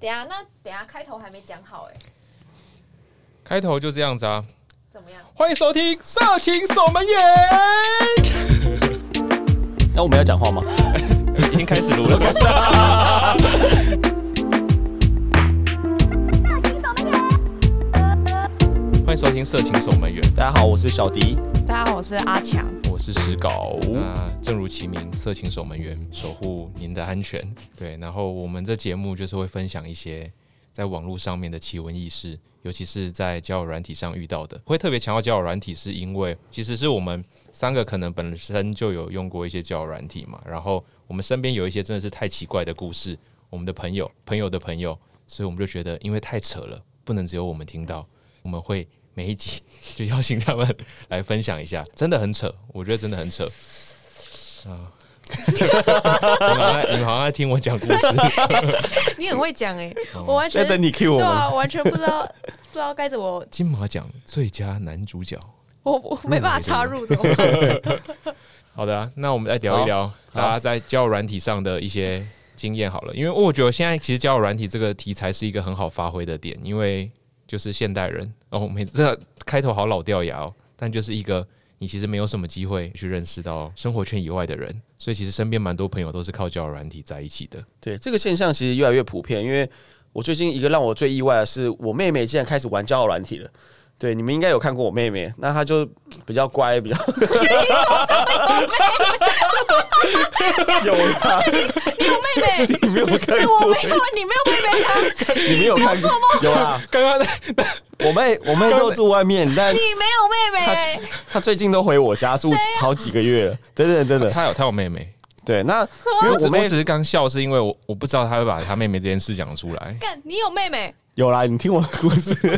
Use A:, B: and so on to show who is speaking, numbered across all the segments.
A: 等一下，那等一下开头还没讲好哎、
B: 开头就这样子啊！
A: 怎么样？
B: 欢迎收听《色情守门员》
C: 那我们要讲话吗？
B: 已经开始录了。欢迎收听《色情守门员》，
C: 大家好，我是小迪。
A: 大家好，我是阿强。
B: 我是石稿。那正如其名，《色情守门员》守护您的安全。对，然后我们这节目就是会分享一些在网络上面的奇闻异事，尤其是在交友软体上遇到的。会特别强调交友软体，是因为其实是我们三个可能本身就有用过一些交友软体嘛，然后我们身边有一些真的是太奇怪的故事，我们的朋友、朋友的朋友，所以我们就觉得因为太扯了，不能只有我们听到，我们会。每一集 就邀请他们来分享一下，真的很扯，我觉得真的很扯啊！你们好像你们好像在听我讲故事，
A: 你很会讲哎、
B: 哦
A: 我完全
C: 在等你 cue 我
A: 对
C: 们
A: 啊，我完全不知道 不知道该怎么，
B: 金马奖最佳男主角。
A: 我我没办法插入，怎么办？
B: 好的啊、那我们来聊一聊大家在交友软体上的一些经验好了，因为我觉得现在其实交友软体这个题材是一个很好发挥的点，因为就是现代人哦，每次这开头好老掉牙哦，但就是一个你其实没有什么机会去认识到生活圈以外的人，所以其实身边蛮多朋友都是靠交友软体在一起的。
C: 对，这个现象其实越来越普遍，因为我最近一个让我最意外的是，我妹妹竟然开始玩交友软体了。对，你们应该有看过我妹妹，那她就比较 乖，比较 有啊啦，
A: 你有妹妹？
C: 你没有看
A: 对，我
C: 过
A: 没，有，你没有妹妹啊？
C: 你没有看过，有啦，
B: 刚刚
C: 我妹我妹都住外面，但
A: 你没有妹妹、欸？
C: 她最近都回我家住
A: 啊
C: 好几个月了，真的真的，
B: 他有他有妹妹，
C: 对，那因
B: 我
C: 为
B: 只
C: 我
B: 我
C: 妹
B: 只是刚笑，是因为我我不知道他会把他妹妹这件事讲出来。
A: 干，你有妹妹？
C: 有啦，你听我的故事。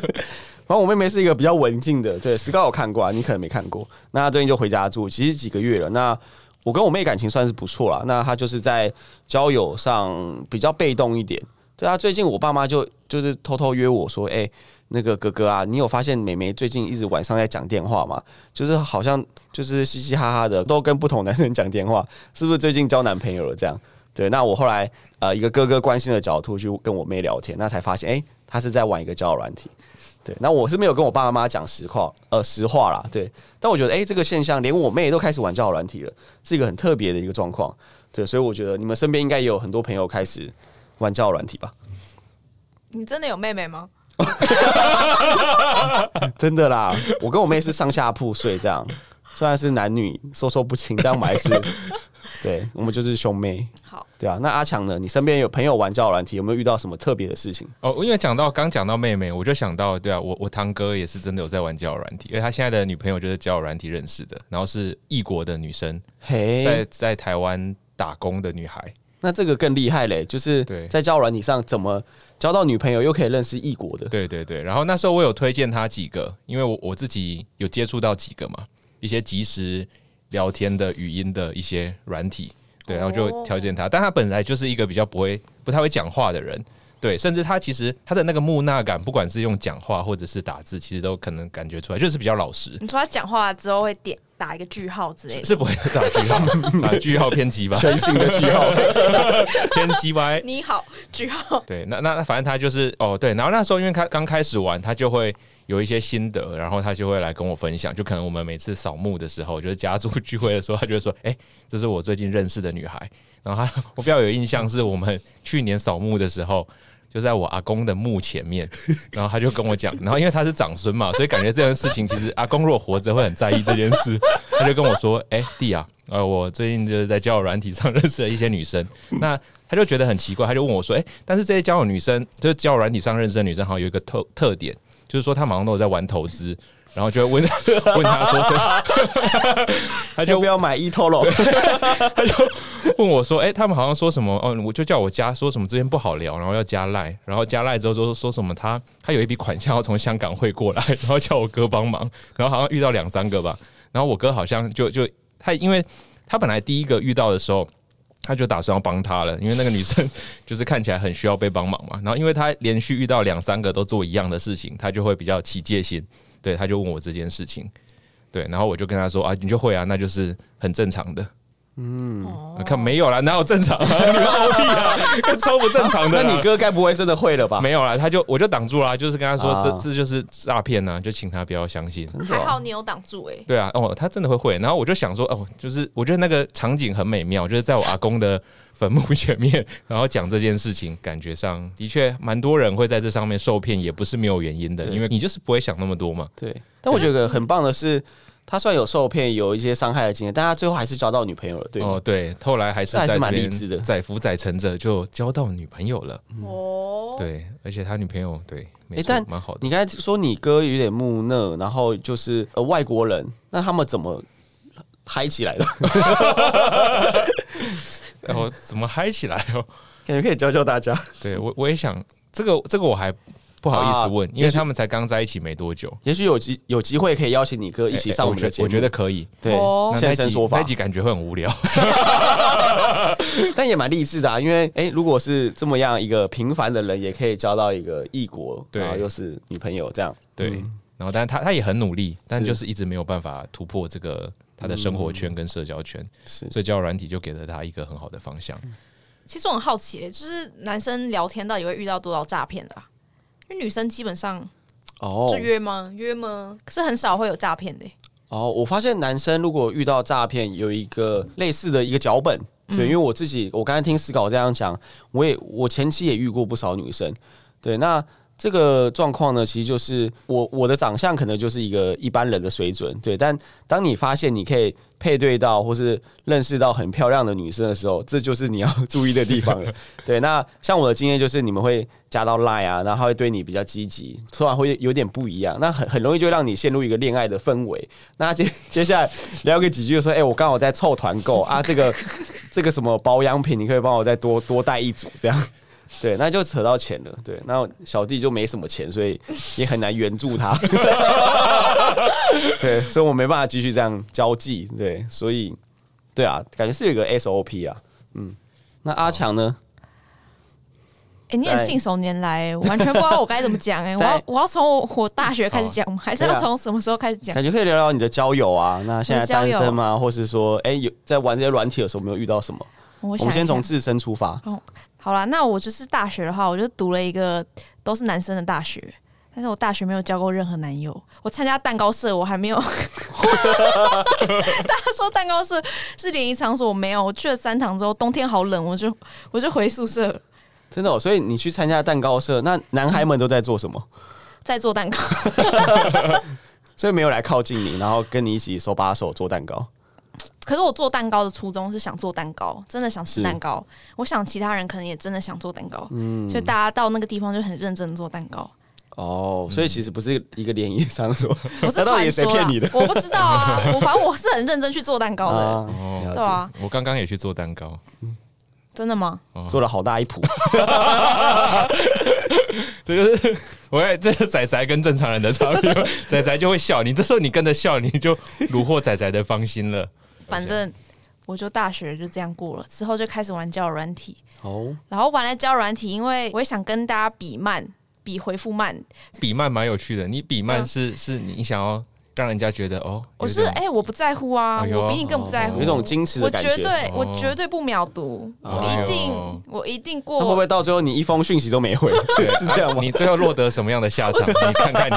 C: 反正我妹妹是一个比较文静的，对，石膏有看过啊，你可能没看过。那她最近就回家住，其实几个月了。那我跟我妹感情算是不错啦。那她就是在交友上比较被动一点。对啊，最近我爸妈就就是偷偷约我说，哎、那个哥哥啊，你有发现妹妹最近一直晚上在讲电话吗？就是好像就是嘻嘻哈哈的，都跟不同男生讲电话，是不是最近交男朋友了？这样对。那我后来呃，一个哥哥关心的角度去跟我妹聊天，那才发现，哎、她是在玩一个交友软体。对，那我是没有跟我爸妈讲实话，呃，实话啦，对。但我觉得，哎、这个现象连我妹都开始玩交友软体了，是一个很特别的一个状况。对，所以我觉得你们身边应该也有很多朋友开始玩交友软体吧？
A: 你真的有妹妹吗？
C: 真的啦，我跟我妹是上下铺睡，这样虽然是男女授受不亲，但我们还是，对我们就是兄妹。
A: 好，
C: 对啊，那阿强呢？你身边有朋友玩交友软体，有没有遇到什么特别的事情？
B: 哦，因为讲到刚讲到妹妹，我就想到，对啊，我我堂哥也是真的有在玩交友软体，因为他现在的女朋友就是交友软体认识的，然后是异国的女生，在
C: 嘿，
B: 在台湾打工的女孩，
C: 那这个更厉害嘞，就是
B: 对
C: 在交友软体上怎么交到女朋友，又可以认识异国的。
B: 对对对。然后那时候我有推荐她几个，因为我我自己有接触到几个嘛，一些即时聊天的语音的一些软体，对，然后就
A: 哦
B: 挑荐她。但她本来就是一个比较不会不太会讲话的人。对，甚至她其实她的那个木讷感，不管是用讲话或者是打字，其实都可能感觉出来，就是比较老实。
A: 你说她讲话之后会点打一个句号之类
B: 是
A: 的。
B: 是不会打句号，打句号偏激吧，
C: 全新的句号，
B: 偏激歪。
A: 你好，句号。
B: 对，那那那反正他就是哦，对，然后那时候因为他刚开始玩，他就会有一些心得，然后他就会来跟我分享，就可能我们每次扫墓的时候，就是家族聚会的时候，他就会说，哎、这是我最近认识的女孩。然后他我比较有印象是我们去年扫墓的时候。就在我阿公的墓前面， 然后他就跟我讲，然后因为他是长孙嘛，所以感觉这件事情其实阿公如果活着会很在意这件事，他就跟我说：“哎、弟啊，呃，我最近就是在交友软体上认识了一些女生，那他就觉得很奇怪，他就问我说：“哎、但是这些交友女生，就是交友软体上认识的女生，好像有一个特特点，就是说她们好像都有在玩投资，然后就会问 问他说什么， 他
C: 要
B: 就啊
C: 不要买 eToro？
B: 问我说：哎、他们好像说什么？哦，我就叫我加说什么这边不好聊，然后要加赖，然后加赖之后说说什么他他有一笔款项要从香港汇过来，然后叫我哥帮忙，然后好像遇到两三个吧，然后我哥好像就就他因为他本来第一个遇到的时候。”他就打算要帮他了，因为那个女生就是看起来很需要被帮忙嘛。然后因为他连续遇到两三个都做一样的事情，他就会比较起戒心。对，他就问我这件事情，对，然后我就跟他说啊，你就会啊，那就是很正常的。
A: 哦
B: 看没有啦，哪有正常、 啊？你们 OP 啊，看超不正常的
C: 那
B: 啦。
C: 你哥该不会真的会了吧？
B: 没有啦，他就我就挡住啦，就是跟他说、
C: 啊
B: 这这就是诈骗呐，就请他不要相信。
C: 真的哦
A: 还好你有挡住哎、
B: 对啊，哦，他真的会会。然后我就想说，哦，就是我觉得那个场景很美妙，就是在我阿公的坟墓前面，然后讲这件事情，感觉上的确蛮多人会在这上面受骗，也不是没有原因的，
C: 对
B: 因为你就是不会想那么多嘛。
C: 对，但我觉得很棒的是，他虽然有受骗，有一些伤害的经验，但他最后还是交到女朋友了，对吗？
B: 哦，对，后来还是
C: 那还
B: 在
C: 是
B: 这
C: 蛮
B: 边
C: 励志的
B: 载浮载沉着就交到女朋友了。
A: 哦，，
B: 对，而且他女朋友对，没错，
C: 但
B: 蛮好 的。
C: 你刚才说你哥有点木讷，然后就是呃外国人，那他们怎么嗨起来的？哎
B: 然后怎么嗨起来哦？
C: 感觉可以教教大家。
B: 对我我也想这个这个我还不好意
C: 啊
B: 思问，因
C: 也
B: 为
C: 许
B: 他们才刚在一起没多久。
C: 也许有机有机会可以邀请你哥一起上我们
B: 觉
C: 的
B: 得
C: 节
B: 哎
C: 目，
B: 我觉得可以。
A: 哦
C: 对
B: 那
C: 现
B: 那
C: 身
B: 集
C: 说法
B: 那，集感觉会很无聊。
C: 但也蛮励志的啊。因为哎、诶如果是这么样一个平凡的人，也可以交到一个异国，
B: 对
C: 然后又是女朋友这样。
B: 对，
C: 嗯
B: 然后但是他他也很努力，但
C: 是
B: 就是一直没有办法突破这个他的生活圈跟社交圈，
C: 是
B: 所以交友软体就给了他一个很好的方向。
A: 其实我很好奇、欸，就是男生聊天到底会遇到多少诈骗的、啊？因为女生基本上
C: 哦
A: 就约吗、约吗？可是很少会有诈骗的欸、
C: 哦，我发现男生如果遇到诈骗，有一个类似的一个脚本。对，因为我自己，我刚才听思考这样讲，我也我前期也遇过不少女生。对，那这个状况呢，其实就是我我的长相可能就是一个一般人的水准。对，但当你发现你可以配对到或是认识到很漂亮的女生的时候，这就是你要注意的地方了。对，那像我的经验就是，你们会加到 Line 啊，然后会对你比较积极，突然会有点不一样，那很很容易就让你陷入一个恋爱的氛围。那接 接下来聊个几句，说，哎、我刚好在凑团购啊，这个这个什么保养品，你可以帮我再多多带一组这样。对，那就扯到钱了。对，那小弟就没什么钱，所以也很难援助他。 对，所以我没办法继续这样交际。对，所以对啊，感觉是有一个 SOP 啊。嗯，那阿强呢？
A: 哎、你也
C: 在
A: 信手拈来、欸，我完全不知道我该怎么讲哎、 我
C: 在
A: 要我要从我我大学开始讲吗？还是
C: 对
A: 要
C: 啊
A: 从什么时候开始讲？
C: 感觉可以聊聊你的交友啊。那现在
A: 我的交
C: 单
A: 友
C: 身吗？或是说，哎、有在玩这些软体的时候，有没有遇到什么？
A: 我
C: 我
A: 想
C: 们先
A: 一下
C: 从自身出发。
A: 好啦，那我就是大学的话，我就读了一个都是男生的大学，但是我大学没有交过任何男友。我参加蛋糕社，我还没有。 大家说蛋糕社是联谊场所，我没有。我去了三堂之后，冬天好冷，我就我就回宿舍了
C: 真的、哦，所以你去参加蛋糕社，那男孩们都在做什么？
A: 再做蛋糕。
C: 所以没有来靠近你，然后跟你一起手把手做蛋糕。
A: 可是我做蛋糕的初衷是想做蛋糕，真的想吃
C: 是嗯
A: 蛋糕。我想其他人可能也真的想做蛋糕，所以大家到那个地方就很认真地做蛋糕。
C: 哦，所以其实不是一个联谊场 所，
A: 我是
C: 那到底
A: 传
C: 谁
A: 说
C: 骗
A: 啦
C: 你的，
A: 我不知道啊。我反正我是很认真去做蛋糕的，
B: 哦
C: 啊了解
A: 对啊，
B: 我刚刚也去做蛋糕，
A: 真的吗？
C: 做了好大一谱，
B: 这就是我也这是仔仔跟正常人的差 别，仔仔就会笑，你这时候你跟着笑，你就虏获仔仔的芳心 了。
A: 反正我就大学就这样过了，之后就开始玩交友软体，
C: 哦，
A: 然后玩了交友软体，因为我也想跟大家比慢，比回复慢。
B: 比慢蛮有趣的，你比慢是、是你想要让人家觉得哦，
A: 我
B: 有
A: 是
B: 点
A: 哎、我不在乎啊，
B: 哎呦
A: 我比你更不在乎，
C: 有一种矜持
A: 我
C: 的感
A: 绝
C: 觉。
A: 对，
B: 哦
A: 我绝对不秒读，我一
B: 哎呦
A: 定，我一定
C: 那会不会
A: 过。
C: 到最后你一封讯息都 没回？是是这样吗？
B: 你最后落得什么样的下场？你看看 你。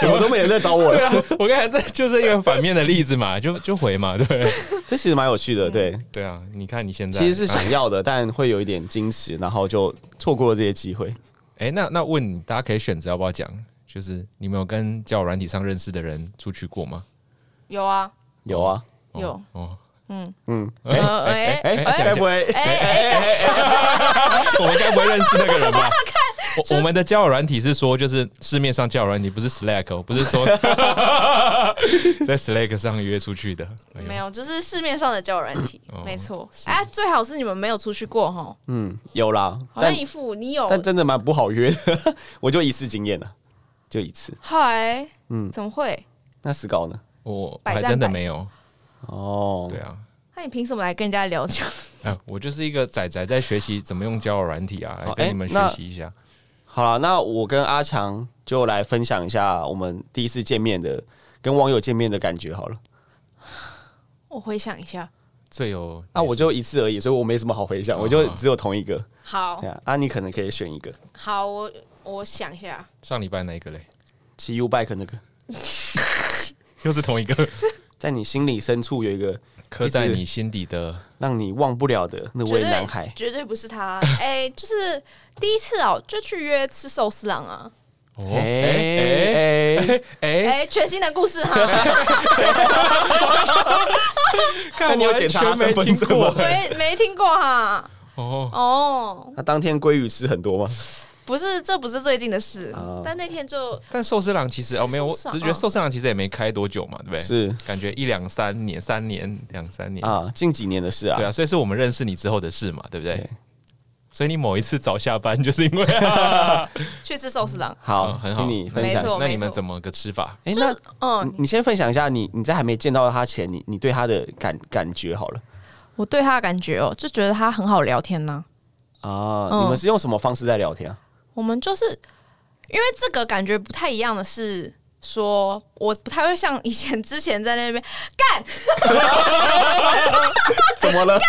C: 怎么都没人在找我
B: 对
C: 了？
B: 啊，我刚才这就是一个反面的例子嘛，就就回嘛，对
C: 这其实蛮有趣
A: 嗯
C: 的，对，
B: 对啊，你看你现在
C: 其实是
B: 哎
C: 想要的，但会有一点矜持，然后就错过了这些机会。
B: 哎、那那问你，大家可以选择要不要讲，就是你们有跟交友软体上认识的人出去过吗？
A: 有啊，
C: 有啊，
A: 有，
B: 哦，
C: 嗯，
A: 呃哎
C: 哎，
B: 哎
C: 该不会
A: 哎哎，
B: 我们该不会认识那个人 吧？我我们的交友软体是说，就是市面上交友软体不 是 Slack，哦不是说 在 Slack 上约出去的。哎呦
A: 没有，就是市面上的交友软体，
B: 哦
A: 没错。哎，最好是你们没有出去过哈，
C: 嗯，有啦，
A: 好像
C: 但
A: 一副你有
C: 但真的蛮不好约的， 我就一次经验了，就一次。
A: 嗨，
C: 嗯
A: 怎么会？
C: 那死搞呢？
B: 我我
A: 百
B: 还
A: 战
B: 真的
A: 百胜
B: 没有。
C: 哦，
B: 对啊，
A: 那你凭什么来跟人家聊天？
B: 哎，我就是一个仔仔在学习怎么用交友软体啊，来
C: 哦
B: 跟
C: 哎
B: 你们学
C: 那
B: 习一下。
C: 好了，那我跟阿强就来分享一下我们第一次见面的跟网友见面的感觉好了。
A: 我回想一下，
B: 最有
C: 啊，我就一次而已，所以我没什么好回
B: 哦
C: 想，我就只有同一个。
A: 好
C: 对啊，啊，你可能可以选一个
A: 好，我我想一下，
B: 上礼拜那一个嘞，
C: 骑 U bike 那个，
B: 又是同一个
C: 在你心里深处有一个
B: 刻在你心底的。
C: 让你忘不了的那
A: 绝
C: 位
A: 对
C: 男孩。
A: 绝对不是他， 哎、就是第一次哦，就去约吃寿司郎啊，
B: 哦哎
C: 哎哎，
B: 哎哎！
A: 哎、全新的故事哈，
C: 那你有检查他身份证吗？
B: 哎
A: 没没听过哈，
B: 哦，
A: 哦，
C: 那当天鲑鱼吃很多吗？
A: 不是，这不是最近的事，
C: 哦
A: 但那天就
B: 但寿司郎其实哦没有，我
A: 寿司郎
B: 只是觉得寿司郎其实也没开多久嘛，对不对？
C: 是
B: 感觉一两三年，三年两三年，
C: 啊，近几年的事啊
B: 对。啊，所以是我们认识你之后的事嘛，对不对
C: 对？
B: 所以你某一次早下班就是因 为，
A: 去吃寿司郎，
C: 好，
B: 嗯很好
C: 听你分享一
A: 没
C: 下
A: 错。
B: 那你们怎么个吃法？
C: 哎，
A: 就是
C: 那
A: 嗯
C: 你，你先分享一下你你在还没见到他前，你你对他的感感觉好了
A: 我对他的感觉哦，就觉得他很好聊天呐、
C: 啊？
A: 嗯
C: 你们是用什么方式在聊天啊？
A: 我们就是因为这个感觉不太一样的是，说我不太会像以前之前在那边干，
C: 怎么了？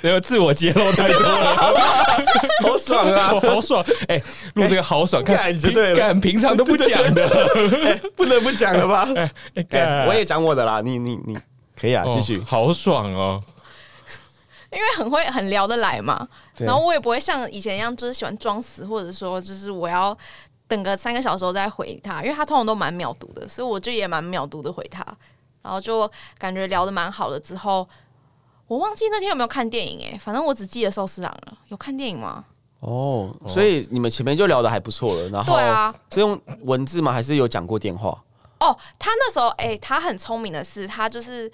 B: 没有自我揭露太多了，
C: 好爽啊！哎
B: 我好爽！哎，录这个好爽，看
C: 干就对了
B: 干平常都不讲的，
C: 不能不讲了 吧？
B: 哎
C: 哎
B: 干
C: 我也讲我的啦，你你你可以啊，
B: 哦
C: 继续。
B: 好爽哦！
A: 因为很会很聊得来嘛，
C: 对
A: 然后我也不会像以前一样就是喜欢装死，或者说就是我要。等个三个小时后再回他，因为他通常都蛮秒读的，所以我就也蛮秒读的回他，然后就感觉聊得蛮好的。之后我忘记那天有没有看电影哎、反正我只记得寿司郎了。有看电影吗？
C: 哦，所以你们前面就聊的还不错了，然后
A: 对啊，
C: 是用文字吗？还是有讲过电话？
A: 哦，他那时候哎、他很聪明的是，他就是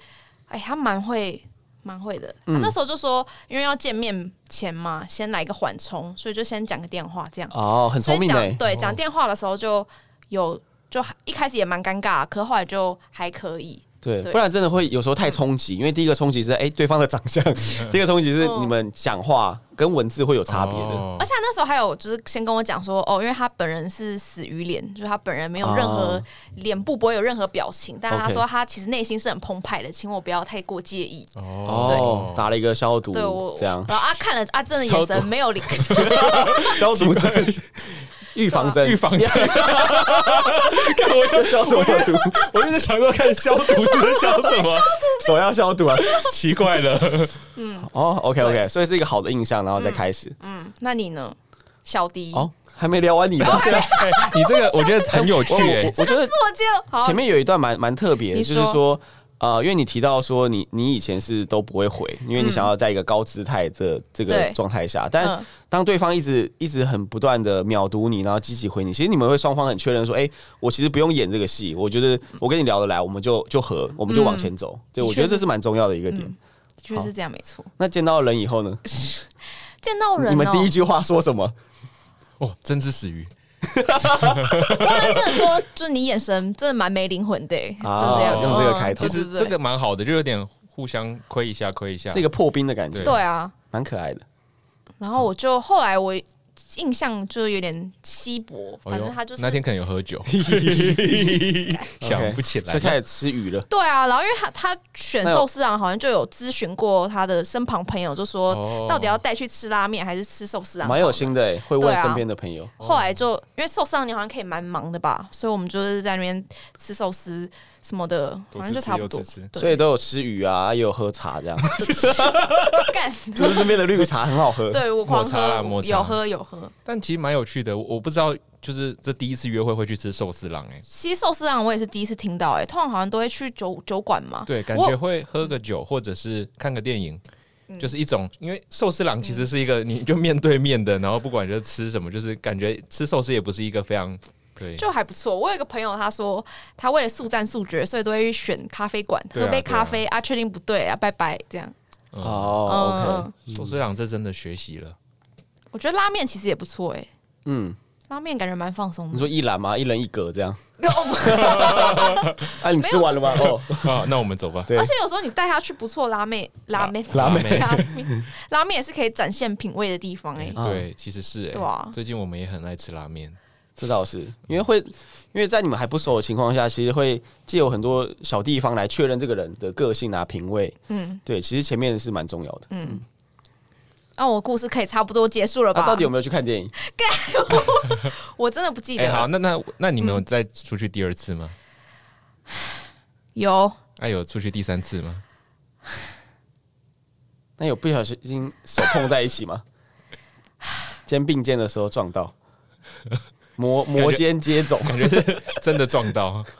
A: 哎、他蛮会蛮会的。他那时候就说，因为要见面前嘛，先来个缓冲，所以就先讲个电话这样。
C: 哦，很
A: 所
C: 聪
A: 以
C: 明
A: 讲
C: 哎、
A: 对，讲电话的时候就有就一开始也蛮尴尬，可后来就还可以。
C: 对，
A: 对
C: 不然真的会有时候太冲击，因为第一个冲击是哎、对方的长 相，第二个冲击是
A: 嗯
C: 你们讲话跟文字会有差别的。
B: 哦
A: 而且他那时候还有就是先跟我讲说，哦，因为他本人是死鱼脸，就是他本人没有任何
C: 哦
A: 脸部不会有任何表情，但他
C: OK
A: 说他其实内心是很澎湃的，请我不要太过介意。
C: 哦，打了一个消毒
A: 对我，，
C: 这样
A: 然后啊看了啊，真的
B: 消
A: 眼
B: 毒
A: 神没有灵，
C: 消毒针、预防针、
B: 预防针。看我要
C: 消什么毒？
B: 我就在想说，看消毒是在消什么？
C: 手要消毒啊！
B: 奇怪了，
C: 哦，OK OK，所以是一个好的印象，然后再开始。
A: 嗯，那你呢，小迪？
C: 哦，还没聊完你 吧？
B: 哎你这 个我觉得很有趣
C: 我
B: 哎
C: 啊我。我觉得
A: 自我介绍好，
C: 前面有一段蛮蛮特别的，
A: 你
C: 就
A: 说
C: 是说，呃，因为你提到说你你以前是都不会回，因为你想要在一个高姿态的这个
A: 对
C: 状态下，但
A: 嗯
C: 当对方一直一直很不断的秒读你，然后积极回你，其实你们会双方很确认说，哎、我其实不用演这个戏，我觉得我跟你聊得来，我们就就合，我们就往前走。
A: 嗯的
C: 对，
A: 确
C: 我觉得这
A: 是
C: 是蛮重要的一个点。
A: 的确是这样，没错。
C: 那见到人以后呢？
A: 见到人、哦，
C: 你们第一句话说什么？
B: 哦，真是死鱼，
A: 我好像真的说，就是你眼神真的蛮没灵魂的、欸，
C: 啊
A: 就这样，
B: 用
C: 这个开头
B: 其
A: 对对
B: 实
A: 对
B: 这个蛮好的，就有点互相亏一下，亏一下
C: 是一。个破冰的感觉，
A: 对啊。
C: 蛮可爱的。
A: 然后我就后来我印象就有点稀薄，
B: 哎
A: 反
B: 呦
A: 正他就是、
B: 那天可能有喝 酒，想不起
C: OK，所以开
B: 来。
C: 始吃鱼了。
A: 对啊，然后因为他他选
C: 那有
A: 寿司郎好像就有咨询过他的身旁朋友，就
B: 哦
A: 说到底要带去吃拉面还是吃寿司郎？
C: 蛮有心的、欸，会问
A: 对啊
C: 身边的朋友。
A: 后来就因为寿司郎你好像可以蛮忙的吧，所以我们就是在那边吃寿司什么的，
B: 多
A: 好像
B: 吃
A: 就
B: 吃
A: 差不
B: 又
A: 多
B: 吃吃。
C: 所以都有吃鱼啊，也有喝茶 这样，
A: 干，
C: 就是那边的绿茶很好喝。
A: 对我狂
B: 抹茶啦
A: 喝
B: 抹，茶
A: 有喝有喝。
B: 但其实蛮有趣的，我我不知道，就是这第一次约会会去吃寿司郎哎。
A: 其实寿司郎我也是第一次听到、欸，哎，通常好像都会去酒酒馆嘛。
B: 对，感
A: 哦我嗯
B: 觉会喝个酒或者是看个电影，就是一种，因为寿司郎其实是一个你就面对面的，然后不管就是吃什么，就是感觉吃寿司也不是一个非常对，
A: 就还不错。我有一个朋友，他说他为了速战速决，所以都会选咖啡馆、
B: 对啊
A: 喝杯咖啡啊，确、定不对啊，拜拜这样。
B: 哦，
C: 哦，OK，
A: 嗯，
B: 寿司郎这真的学习了，
A: 我觉得拉面其实也不错哎、
C: 嗯，
A: 拉面感觉蛮放松
C: 你
A: 的。
C: 说一篮吗？一人一格这样？
A: 哦
C: 啊，你吃完了吗？哦，
B: 啊，那我们走吧。
C: 对
A: 而且有时候你带他去不错拉面、
B: 啊
A: 拉面、
C: 拉
B: 妹
A: 拉面、拉
B: 嗯
A: 面也是可以展现品味的地方哎、
B: 对，其实是哎、
A: 对啊
B: 最近我们也很爱吃拉面，
C: 这倒是，因为会因为在你们还不熟的情况下，其实会借有很多小地方来确认这个人的个性啊、品味。
A: 嗯
C: 对，其实前面是蛮重要的。
A: 嗯。那、啊我故事可以差不多结束了
C: 那、
B: 啊
A: 吧？
C: 啊到底有没有去看电影？
A: 我真的不记
B: 哎、
A: 得嗯了。
B: 好，那那那你们有再出去第二次吗？
A: 有
B: 哎、有出去第三次吗？
C: 那有不小心手碰在一起 吗？肩并肩的时候 撞到，摩摩肩接踵。
B: 感觉是真的撞到。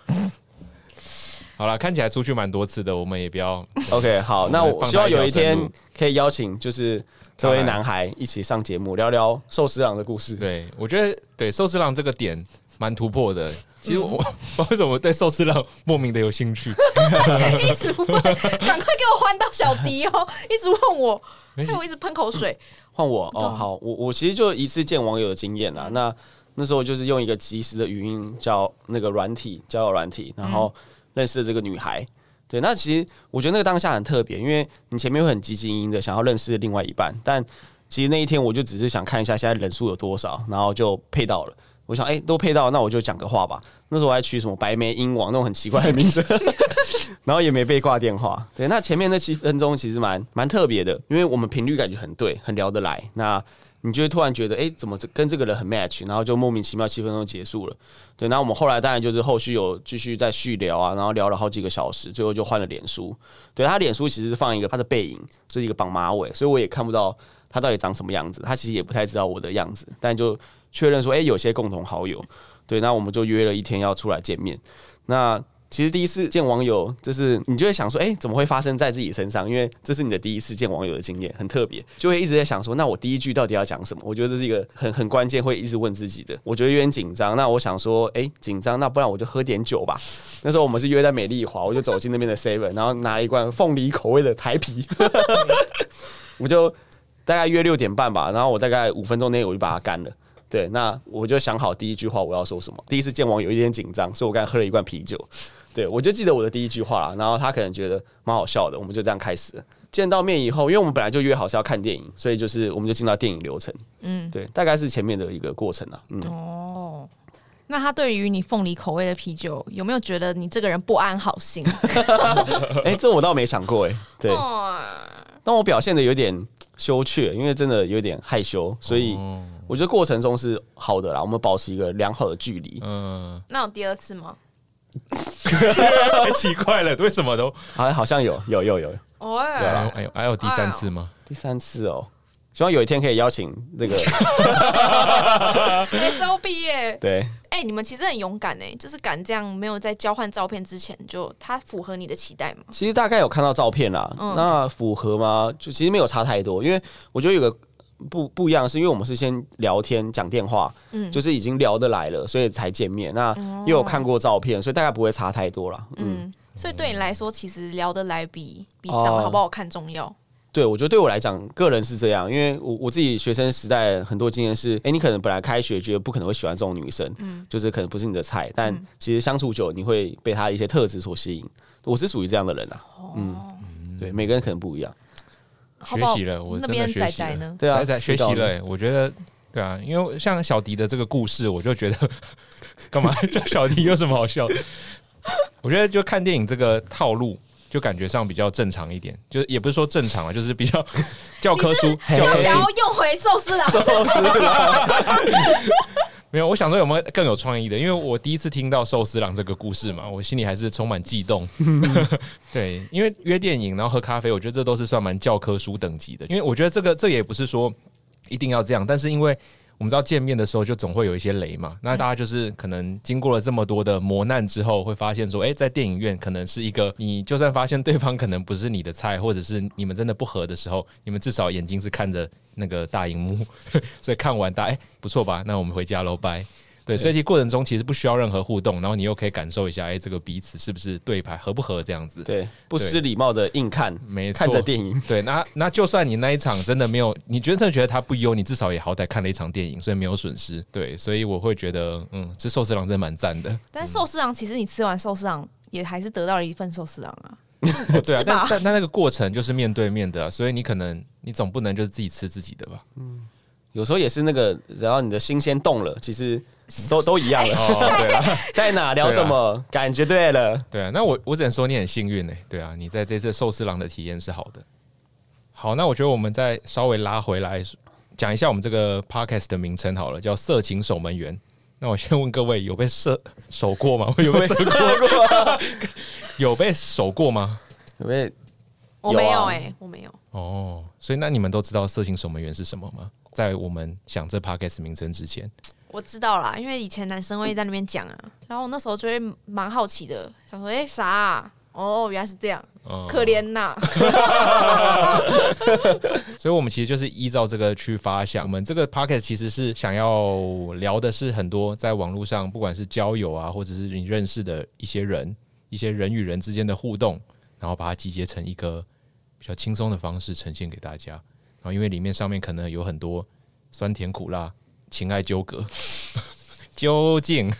B: 好了，看起来出去蛮多次的，我们也不要
C: OK，好，那
B: 我们
C: 我
B: 放他
C: 希望有一
B: 一条
C: 天
B: 生路
C: 可以邀请就是这位男孩一起上节目，聊聊寿司郎的故事。
B: 对，我觉得对寿司郎这个点蛮突破的。其实我、 我为什么对寿司郎莫名的有兴趣？
A: 哎一直问， 赶快给我换到小迪哦！一直问我，哎
B: 没事
A: 害我一直喷口水。
C: 换我
A: 对啊
C: 哦，好，我我其实就一次见网友的经验啊。那那时候就是用一个即时的语音叫那个软体交友软体，然后认识了这个女孩。对，那其实我觉得那个当下很特别，因为你前面会很积极营的想要认识另外一半，但其实那一天我就只是想看一下现在人数有多少，然后就配到了。我想，哎、都配到，那我就讲个话吧。那时候我还取什么白眉鹰王那种很奇怪的名字，然后也没被挂电话。对，那前面那七分钟其实蛮蛮特别的，因为我们频率感觉很对，很聊得来。那你就会突然觉得，哎、怎么这跟这个人很 match，然后就莫名其妙七分钟结束了。对，那我们后来当然就是后续有继续再续聊啊，然后聊了好几个小时，最后就换了脸书。对他脸书其实是放一个他的背影，是一个绑马尾，所以我也看不到他到底长什么样子，他其实也不太知道我的样子，但就确认说，哎、有些共同好友。对，那我们就约了一天要出来见面。那其实第一次见网友，就是你就会想说，哎、怎么会发生在自己身上？因为这是你的第一次见网友的经验，很特别，就会一直在想说，那我第一句到底要讲什么？我觉得这是一个很很关键，会一直问自己的。我觉得有点紧张，那我想说，哎、紧张，那不然我就喝点酒吧。 那时候我们是约在美丽华，我就走进那边的 Seven，然后拿了一罐凤梨口味的台啤， 我就大概约六点半吧，然后我大概五分钟内我就把它干了。对，那我就想好第一句话我要说什么。第一次见网友有一点紧张，所以我刚才喝了一罐啤酒。对，我就记得我的第一句话啦，然后他可能觉得蛮好笑的，我们就这样开始了。见到面以后，因为我们本来就约好是要看电影，所以就是我们就进到电影流程。
A: 嗯，
C: 对，大概是前面的一个过程啊。嗯，
A: 哦，那他对于你凤梨口味的啤酒，有没有觉得你这个人不安好心？
C: 哎、这我倒没想过哎、对，
A: 哦
C: 但我表现的有点羞怯，因为真的有点害羞，所以我觉得过程中是好的啦，我们保持一个良好的距离。
B: 嗯，
A: 那有第二次吗？
B: 太奇怪了，为什么都？
C: 好，好像有，有，有，有。
A: 哦，
B: 哎 呦哎呦，还有第三次吗？
C: 第三次哦，希望有一天可以邀请那个
A: 哎 S O B 耶！
C: 对，
A: 哎、你们其实很勇敢哎，就是敢这样，没有在交换照片之前就他符合你的期待吗？
C: 其实大概有看到照片啦，
A: 嗯
C: 那符合吗？就其实没有差太多，因为我觉得有个不不一样，是因为我们是先聊天讲电话，
A: 嗯哦
C: 就是已经聊得来了，所以才见面。那又有看过照片，所以大概不会差太多啦。嗯，
A: 嗯，所以对你来说，其实聊得来比比长得
C: 哦
A: 好不好看重要。
C: 对，我觉得对我来讲，个人是这样，因为我我自己学生时代很多经验是，哎、你可能本来开学觉得不可能会喜欢这种女生，
A: 嗯
C: 就是可能不是你的菜，但其实相处久，你会被她的一些特质所吸引。我是属于这样的人啊，
A: 哦，
C: 对，每个人可能不一样。
A: 好
B: 学
A: 不好
B: 习了，我
A: 那
B: 真的
A: 边
B: 学
A: 仔
B: 习
A: 仔
B: 了。
A: 呢？
C: 对啊，
B: 仔仔学
C: 知道
B: 习
C: 了
B: 了、欸，我觉得对啊，因为像小迪的这个故事，我就觉得 干嘛 叫小迪有什么好笑的？我觉得就看电影这个套路，就感觉上比较正常一点，就是也不是说正常啊，就是比较 教科书
A: 你
B: 教
A: 要
B: 科
A: 想
B: 书
A: 要用回寿司郎，
B: 没有。我想说有没有更有创意的？因为我第一次听到寿司郎这个故事嘛，我心里还是充满悸动。对，因为约电影然后喝咖啡，我觉得这都是算蛮教科书等级的。因为我觉得这个这也不是说一定要这样，但是因为我们知道见面的时候就总会有一些雷嘛，那大家就是可能经过了这么多的磨难之后，会发现说，诶，在电影院可能是一个你就算发现对方可能不是你的菜，或者是你们真的不合的时候，你们至少眼睛是看着那个大荧幕， 所以看完大家诶，不错吧？那我们回家喽，拜。对，所以其实过程中其实不需要任何互动，然后你又可以感受一下，诶，哎这个彼此是不是对牌，合不合这样子。
C: 对，不失礼貌的硬看，
B: 没错
C: 看着电影，
B: 对，那那就算你那一场真的没有，你觉得真的觉得他不优，你至少也好歹看了一场电影，所以没有损失。对，所以我会觉得，嗯，吃寿司郎真的蛮赞的。
A: 但寿司郎其实你吃完寿司郎也还是得到了一份寿司郎啊。
B: 对啊
A: 是，吧
B: 但但但那个过程就是面对面的啊、所以你可能你总不能就是自己吃自己的吧？
C: 有时候也是那个，只要你的心先动了，其实 都都一样了。
B: 哦， 啊对了，
C: 在哪聊什么，感觉对了。
B: 对啊，那我我只能说你很幸运呢、对啊，你在这次寿司郎的体验是好的。好，那我觉得我们再稍微拉回来讲一下我们这个 podcast 的名称好了，叫《色情守门员》。那我先问各位，有被射守过吗？有被射
C: 过，
B: 有被守过吗？
C: 有没有？
D: 我没
C: 有
D: 有
C: 啊
A: 欸
D: 哎、我没有。
B: 哦，所以那你们都知道《色情守门员》是什么吗？在我们想这 podcast 名称之前，
D: 我知道啦，因为以前男生会在那边讲啊，
A: 然后我那时候就会蛮好奇的，想说，哎、啥啊、哦，原来是这样，
B: 哦
A: 可怜呐、
B: 所以我们其实就是依照这个去发想。我们这个 p o c k e t 其实是想要聊的是很多在网络上，不管是交友啊，或者是你认识的一些人，一些人与人之间的互动，然后把它集结成一个比较轻松的方式呈现给大家。然后因为里面上面可能有很多酸甜苦辣、情爱纠葛， 究竟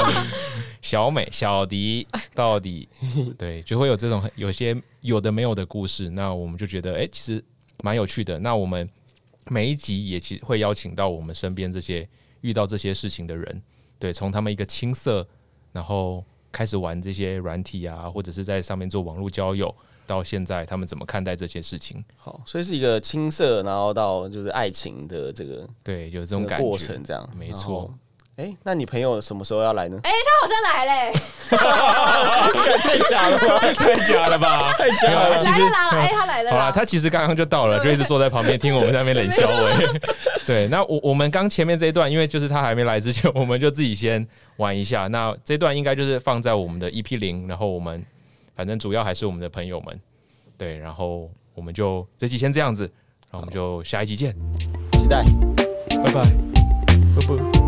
B: 小美、小迪到底对，就会有这种很有些有的没有的故事。那我们就觉得，哎、其实蛮有趣的。那我们每一集也其会邀请到我们身边这些遇到这些事情的人，对，从他们一个青涩，然后开始玩这些软体啊，或者是在上面做网络交友，到现在他们怎么看待这些事情？
C: 好，所以是一个青涩，然后到就是爱情的这个
B: 对，有这
C: 这
B: 种
C: 个
B: 感
C: 过
B: 觉
C: 程，。这样
B: 没错。
C: 哎、诶那你朋友什么时候要来呢？
D: 哎、他好像来嘞、
C: 太假了吧，太假了吧， 太假
B: 没有
C: 了
B: 啊。其
D: 来
B: 实
D: 了啦，哎、他来了
B: 好啦，
D: 啦，
B: 他其实刚刚就到了，就一直坐在旁边听我们在那边冷笑哎。对，那我我们刚前面这一段，因为就是他还没来之前，我们就自己先玩一下。那这段应该就是放在我们的 EP 零，然后我们反正主要还是我们的朋友们，对，然后我们就这期先这样子，然后我们就下一集见，
C: 期待。
B: 拜拜。
C: 啵啵